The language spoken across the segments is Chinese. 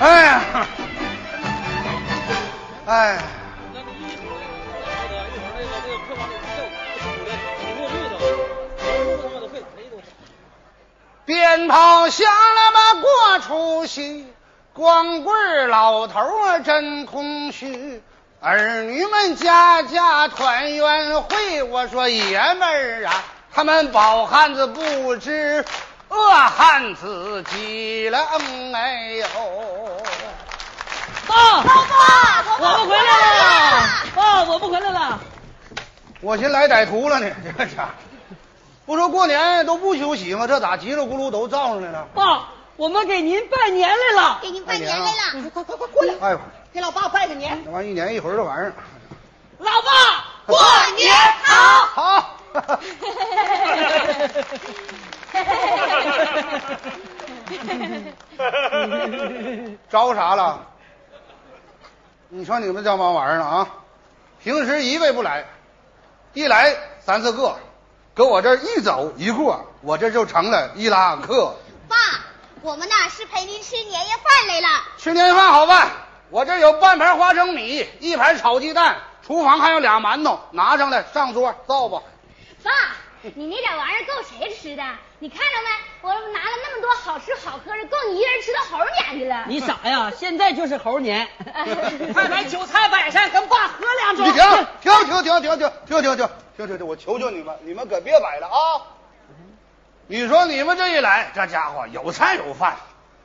哎 炮响了嘛过除夕，光棍老头啊真空虚，儿女们家家团圆会。我说爷们儿啊，他们饱汉子不知饿汉子饥了，嗯哎呦！爸，爸爸我不回来了，爸，我不回来了。我寻来歹徒了呢，这家伙不说过年都不休息吗？这咋叽里咕噜都造上来了？爸，我们给您拜年来了。给您拜年来了，嗯快快快过来，哎呦，给老爸拜个年。这玩意一年一回的玩意儿，老爸，过年好。 好。招啥了？你说你们这帮玩意儿呢啊？平时一位不来，一来三四个，搁我这儿一走一过，我这就成了伊拉克。爸，我们呐是陪您吃年夜饭来了。吃年夜饭好办，我这儿有半盘花生米，一盘炒鸡蛋，厨房还有俩馒头，拿上来上桌造吧。爸，你那点玩意儿够谁吃的？你看着没？我拿了那么多好吃好喝的，够你一人吃到猴年去了。 你傻呀？现在就是猴年， 快把韭菜摆上，跟爸喝两盅。你停停停停停停停停停停停停！我求求你们，你们可别摆了啊！你说你们这一来，这家伙有菜有饭，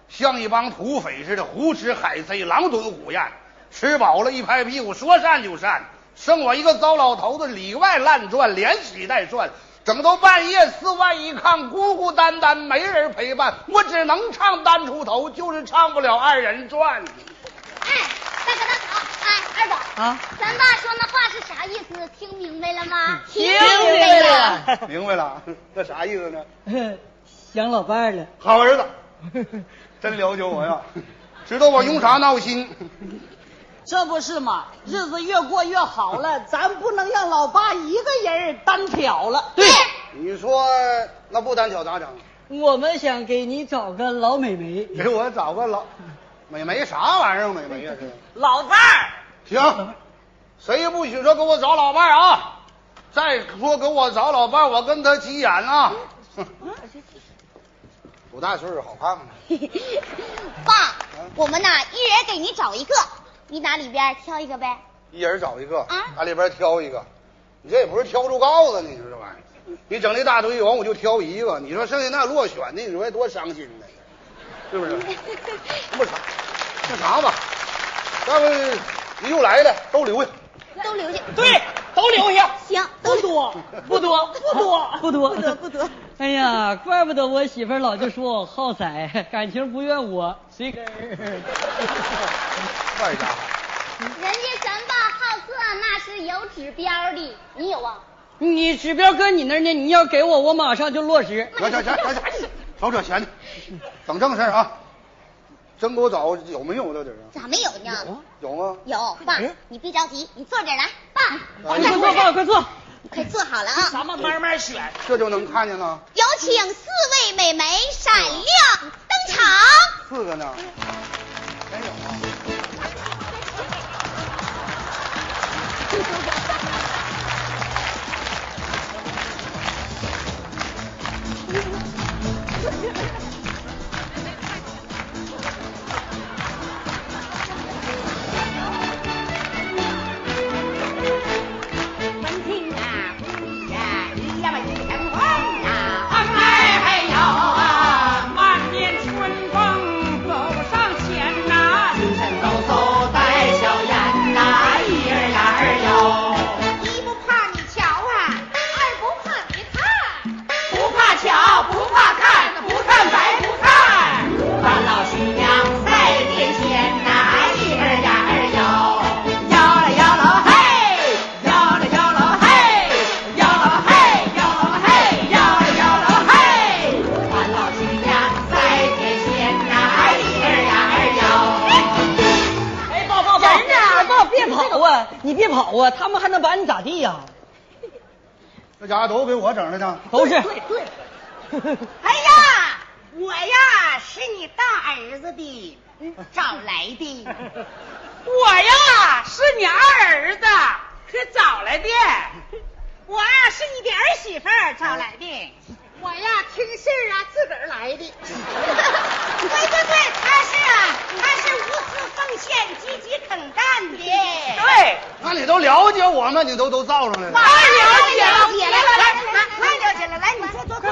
像一帮土匪似的胡吃海塞，狼吞虎咽，吃饱了一拍屁股，说散就散。剩我一个糟老头子，里外乱转，连洗带涮，整到半夜四外一看，孤孤单单，没人陪伴，我只能唱单出头，就是唱不了二人转。哎，大哥大嫂，哎，二宝，啊，咱爸说那话是啥意思？听明白了吗？嗯听明白了。明白了， 那啥意思呢？ 想老伴儿了。好儿子。真了解我呀，知道我用啥闹心。这不是嘛，日子越过越好了，咱不能让老爸一个人单挑了。哎对，哎你说那不单挑咋整？我们想给你找个老美眉。给我找个老美眉啥玩意儿？美眉呀，这老伴儿，行，谁也不许说给我找老伴儿啊！再说给我找老伴儿，我跟他急眼啊！哼不大岁数好看吗？爸，我们呐一人给您找一个，你哪里边挑一个呗？一人找一个啊，打里边挑一个，你这也不是挑出羔子，你说这玩意儿，你整一大堆，完我就挑一个，你说剩下那落选的，你说多伤心呢，是不是？不啥，那啥吧，要不你又来了，都留下。都留下。对，都留下。行，不多，不多，不多，不多，不得不得，哎呀，怪不得我媳妇儿老就说我好色，感情不怨我，随根儿。坏家伙，嗯人家咱爸好色那是有指标的，你有啊？你指标搁你那儿呢，你要给我，我马上就落实。行行行行行，少扯闲的，整正事儿啊。真给我找有没有这底儿啊？ 咋没有哎呢？有吗？有，爸，你别着急，你坐这儿来。爸，哎快坐，爸，快坐。快坐好了啊。们慢慢选。这就能看见了，有请四位美眉闪亮登场。四个呢。真有啊！门庭啊，不一呀，一呀嘛一阵风啊，哎呦啊，漫面春风走上前呐，精神抖擞带小眼呐，一儿呀儿哟。一不怕你瞧啊，二不怕你看，不怕瞧，不怕看，不看白不看。把老徐娘赛天仙呐，一儿呀儿摇，摇了摇了嘿，摇了摇了嘿，摇了嘿，摇了嘿，摇了摇了嘿。把老徐娘赛天仙呐，一儿呀儿摇。哎，爸爸爸，爸别跑啊！你别跑啊！他们还能把你咋地呀、这家伙都给我整来的，都是。 对。哎呀，我呀是你大儿子的，嗯找来的。我呀是你二儿子，是找来的。我啊是你的儿媳妇儿找来的。我呀，听信儿啊，自个儿来的。对对对，他是啊，他是无私奉献、积极肯干的。对，那你都了解我吗？你都都造上来了。了解了解了，来来来，太了解了，来你坐坐坐。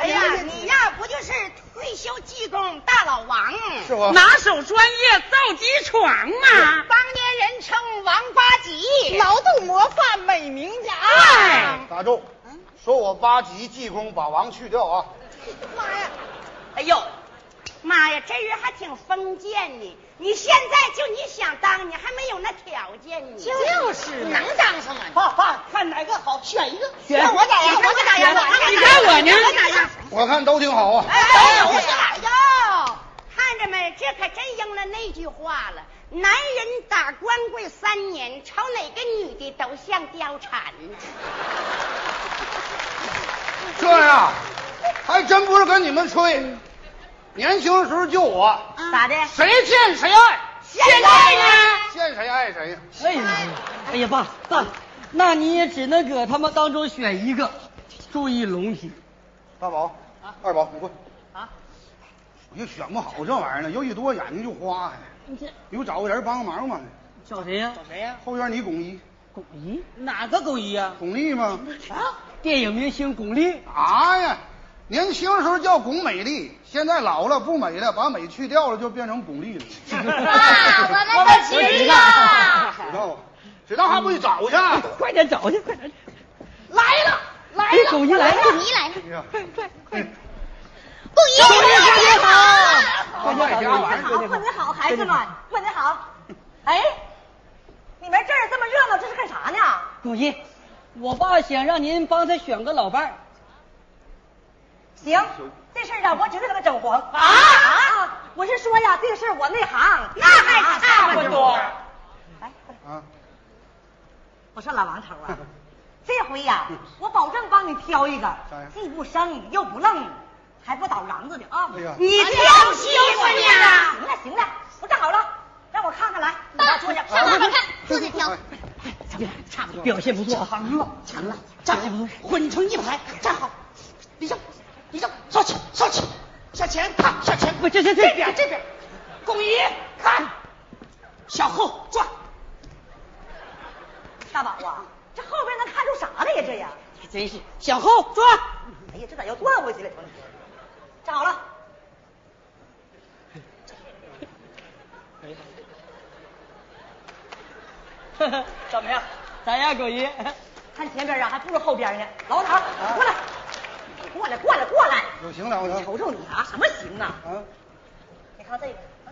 哎呀，你呀，不就是退休技工大老王？嗯是我拿手专业造机床嘛，当年人称王八极，啊劳动模范美名扬。哎打住！说我八级技工，把王去掉啊！妈呀！哎呦，妈呀，这人还挺封建呢。你现在就你想当，你还没有那条件呢。就是能当上吗？爸爸，看哪个好，选一个。选我咋样？你看我咋样我你看我呢？我咋样？我看都挺好啊。哎，我说哟，看着没？这可真应了那句话了。男人打光棍三年，瞅哪个女的都像貂蝉。这呀，还真不是跟你们吹。年轻时候就我，咋的？谁见谁爱，嗯现在呢？见谁爱谁呀。哎呀，哎呀，爸爸，那你也只能搁他们当中选一个，注意笼体。大宝，二宝，你过来。啊，我就选不好这玩意儿呢，有一多眼睛就花呀。你这你给我找个人帮个忙吧。找谁呀、谁呀？后院你巩一，巩俐，哪个狗一呀？巩俐吗？电影明星巩 俐。啥呀？年轻时候叫巩美丽，现在老了不美了，把美去掉了就变成巩俐了。啊啊爸， 我们的群呀！ 知道吗？啊知道还不去找去？啊快点找去，快点！来哎了，来了！狗一来了，哎你来哎了，哎快快快！不一样的快点家玩意儿！过年好，孩子们，过年好！哎，你们这儿这么热闹，这是干啥呢？巩俐，我爸想让您帮他选个老伴儿。行，这事儿啊，我绝对能整黄啊啊！我是说呀，这事儿我内行，那还差不多。哎，啊，我说老王头 啊，这回呀，我保证帮你挑一个啥呀，既不生又不愣，还不倒瓤子的啊哎呀！你挑媳妇呢行了行了，我站好了，让我看看来，你爸，到上桌哪上，啊儿看看，坐着哎挑。差不多，表现不错，行了，行了，站好，混成一排，站好，立正，立正，稍起，稍起，向前，看，向前，不，这这这这边，这边，巩一，看，向后转，大宝啊，这后边能看出啥来呀？这呀，还真是向后转，哎呀，这咋要断回去了？站好了。这怎么样？咋样，狗一？看前边啊，还不如后边呢。老王头，过来，过来，过来，过来。有行了，我瞅瞅。瞅你啊，什么型啊？啊，你看这个，啊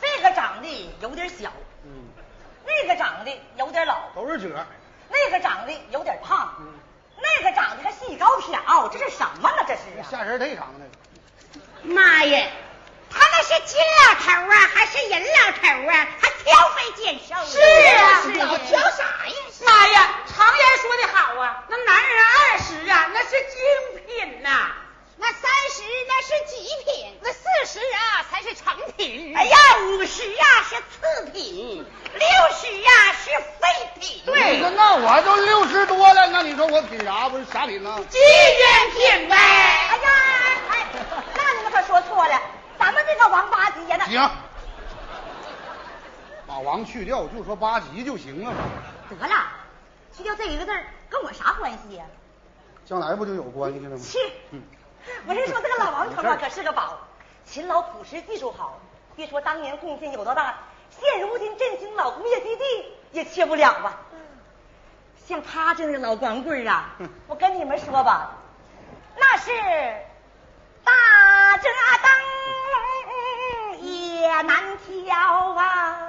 这个长得有点小，嗯，那个长得有点老，都是褶。那个长得有点胖，那个长得还细高挑，这是什么呢？这是啊，下身太长了。妈呀，他那是金老头啊，还是人老头啊？还挑肥拣瘦？是啊是啊老挑啥呀？妈呀，常言说的好啊，那男人二十啊，那是精品呐、那三十那是极品，那四十啊才是成品。哎哎呀呀，，五十啊是次品，六十啊是废品。对，那我都六十多了，那你说我品啥？不是啥品呢？纪念品呗。哎呀，哎，那你们可说错了，咱们这个王八极呀，那行，把王去掉，我就说八级就行了嘛。得了，去掉这一个字儿，跟我啥关系呀、将来不就有关系了吗？切嗯，我是说这个老王头啊，可是个宝，勤劳朴实，技术好。别说当年贡献有多大，现如今振兴老工业基地也缺不了啊。像他这样的老光棍儿啊哼，我跟你们说吧，那是大这当也难挑啊。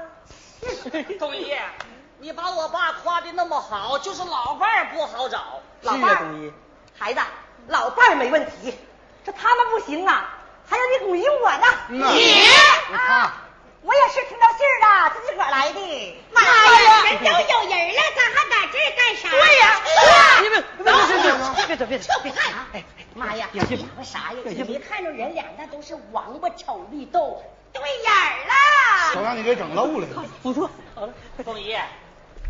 董一，嗯你把我爸夸的那么好，就是老伴儿不好找。老是伴啊儿董一，孩子，老伴儿没问题，这他们不行啊，还有你鼓励我呢。嗯呐你看啊，我也是听到信儿了，自己个儿来的。妈呀，人都有人了，咱还搁这儿干啥？对呀、啊你们别别别别别就不看。哎，妈呀，有些你说啥呀？有些你没看着人俩那都是王八瞅绿豆，对眼儿都了。让你给整漏了。不错，好了，董一，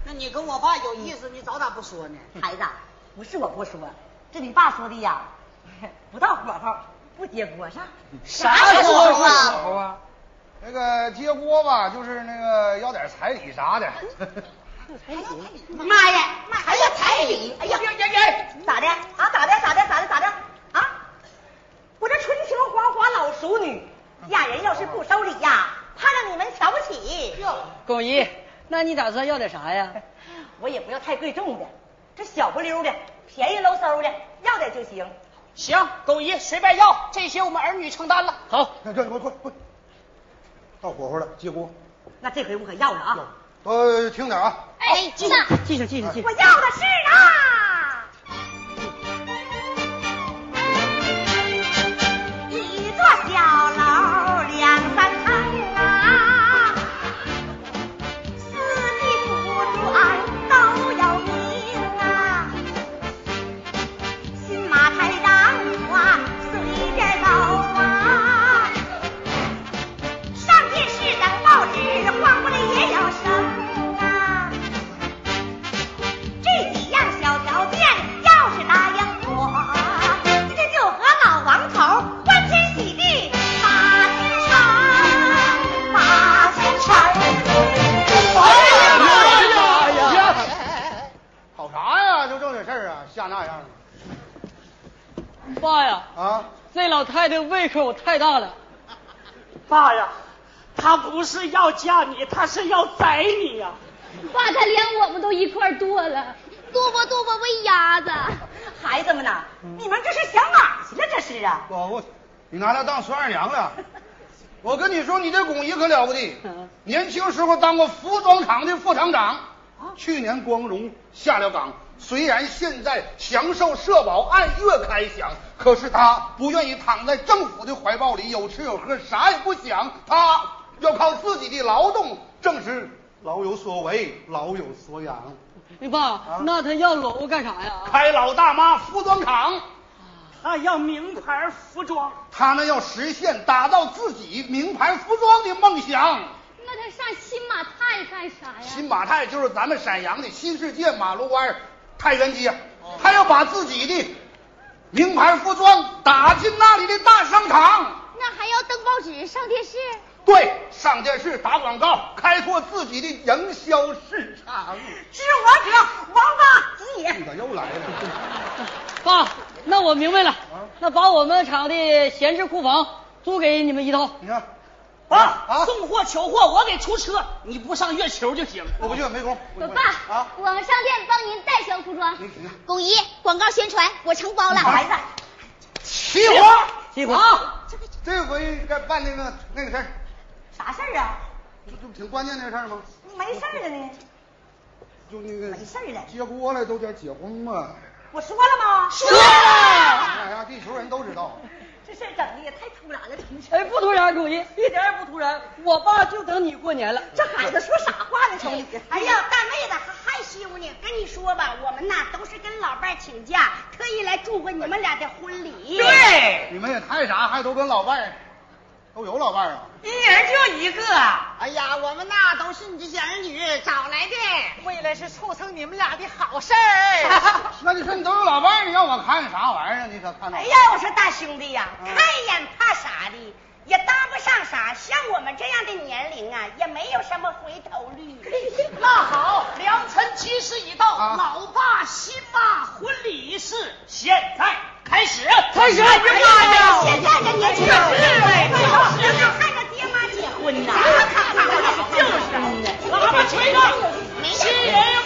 那你跟嗯我爸有意思，你早咋不说呢？孩子，不是我不说，这你爸说的呀。 不到火候不揭锅上。啥火候啊候啊？那个揭锅吧，就是那个要点彩礼啥的。妈呀，还要彩礼！哎呀，咋的啊？咋的？咋的？咋的？咋的？啊！我这纯情黄花老熟女，嫁人要是不收礼呀、怕让你们瞧不起。狗姨，那你打算要点啥呀？ 我也不要太贵重的，这小不溜的、便宜喽嗖的，要点就行。行，狗姨随便要，这些我们儿女承担了。好，那这快快快，到火候了，揭锅。那这回我可要了啊！呃，听点啊，哎，那记上记上记我上。要的是啊，一座小楼两三层啊，四季服装都有名啊，新马台当花随便走啊，上电视的报纸光棍儿也有声啊。这几样小条件要是答应我，今天就和老王头欢天喜地把心成，把心成。哎呀呀！跑啥呀？就这点事儿啊，吓那样爸呀，的啊！这老太太胃口太大了。爸呀，他不是要嫁你，他是要宰你呀、爸他连我们都一块儿剁了，剁吧剁吧喂鸭子。孩子们呐，嗯你们这是想哪儿去了？这是啊！我我，你拿他当孙二娘了？我跟你说，你这巩姨可了不地，嗯年轻时候当过服装厂的副厂长，哦去年光荣下了岗。虽然现在享受社保按月开享，可是他不愿意躺在政府的怀抱里，有吃有喝，啥也不想，他要靠自己的劳动，正是老有所为，老有所养。啊哎爸，那他要楼干啥呀？开老大妈服装厂。他要名牌服装，他们要实现打造自己名牌服装的梦想。那他上新马泰干嗯啥呀？新马泰就是咱们沈阳的新世界马路湾太原街，哦他要把自己的名牌服装打进那里的大商场。那还要登报纸、上电视？对，上电视打广告，开拓自己的营销市场。知我者，王八子也。你咋又来了？爸，啊那我明白了，啊那把我们厂的闲置库房租给你们一套。你看，啊，啊送货求货我给出车，你不上月球就行。我不去，没空。我我爸，啊，我上店帮您代销服装你你。狗姨，广告宣传我承包了。孩子，齐活，齐活啊！这回该办那个那个事儿，啥事儿啊？就就挺关键那个事儿吗？你没事儿了呢？就那个没事儿了结锅了都得结婚嘛。我说了吗？说啊哎呀，地球人都知道。这事儿整的也太突然了，平时。哎，不突然，狗姨，一点儿也不突然。我爸就等你过年了。这孩子说啥话呢？瞅你，哎呀，大妹子还害羞呢，跟你说吧，我们呐都是跟老伴儿请假，特意来祝贺你们俩的婚礼。，对，你们也太啥，还都跟老伴儿，都有老伴儿啊？一人就一个，哎呀，我们呐都是你这小儿女找来的。为了是促成你们俩的好事儿。 那你说你都有老伴儿，你让我看啥玩意儿啊？你可看到？哎呀，我说大兄弟呀、嗯看一眼怕啥的，也搭不上啥。像我们这样的年龄啊，也没有什么回头率。那好，良辰吉时已到，啊老爸新妈婚礼仪式现在开始。开始哎呀妈呀！现在这年轻人，哎哎还看着爹妈结婚呢。就是，喇叭吹着，新人